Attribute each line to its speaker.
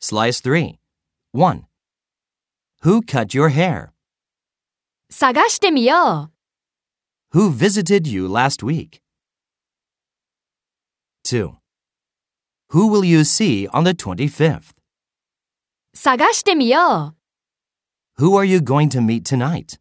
Speaker 1: Slice 3. 1. Who cut your hair?
Speaker 2: 探してみよう。
Speaker 1: Who visited you last week? 2. Who will you see on the 25th?
Speaker 2: 探してみよう。
Speaker 1: Who are you going to meet tonight?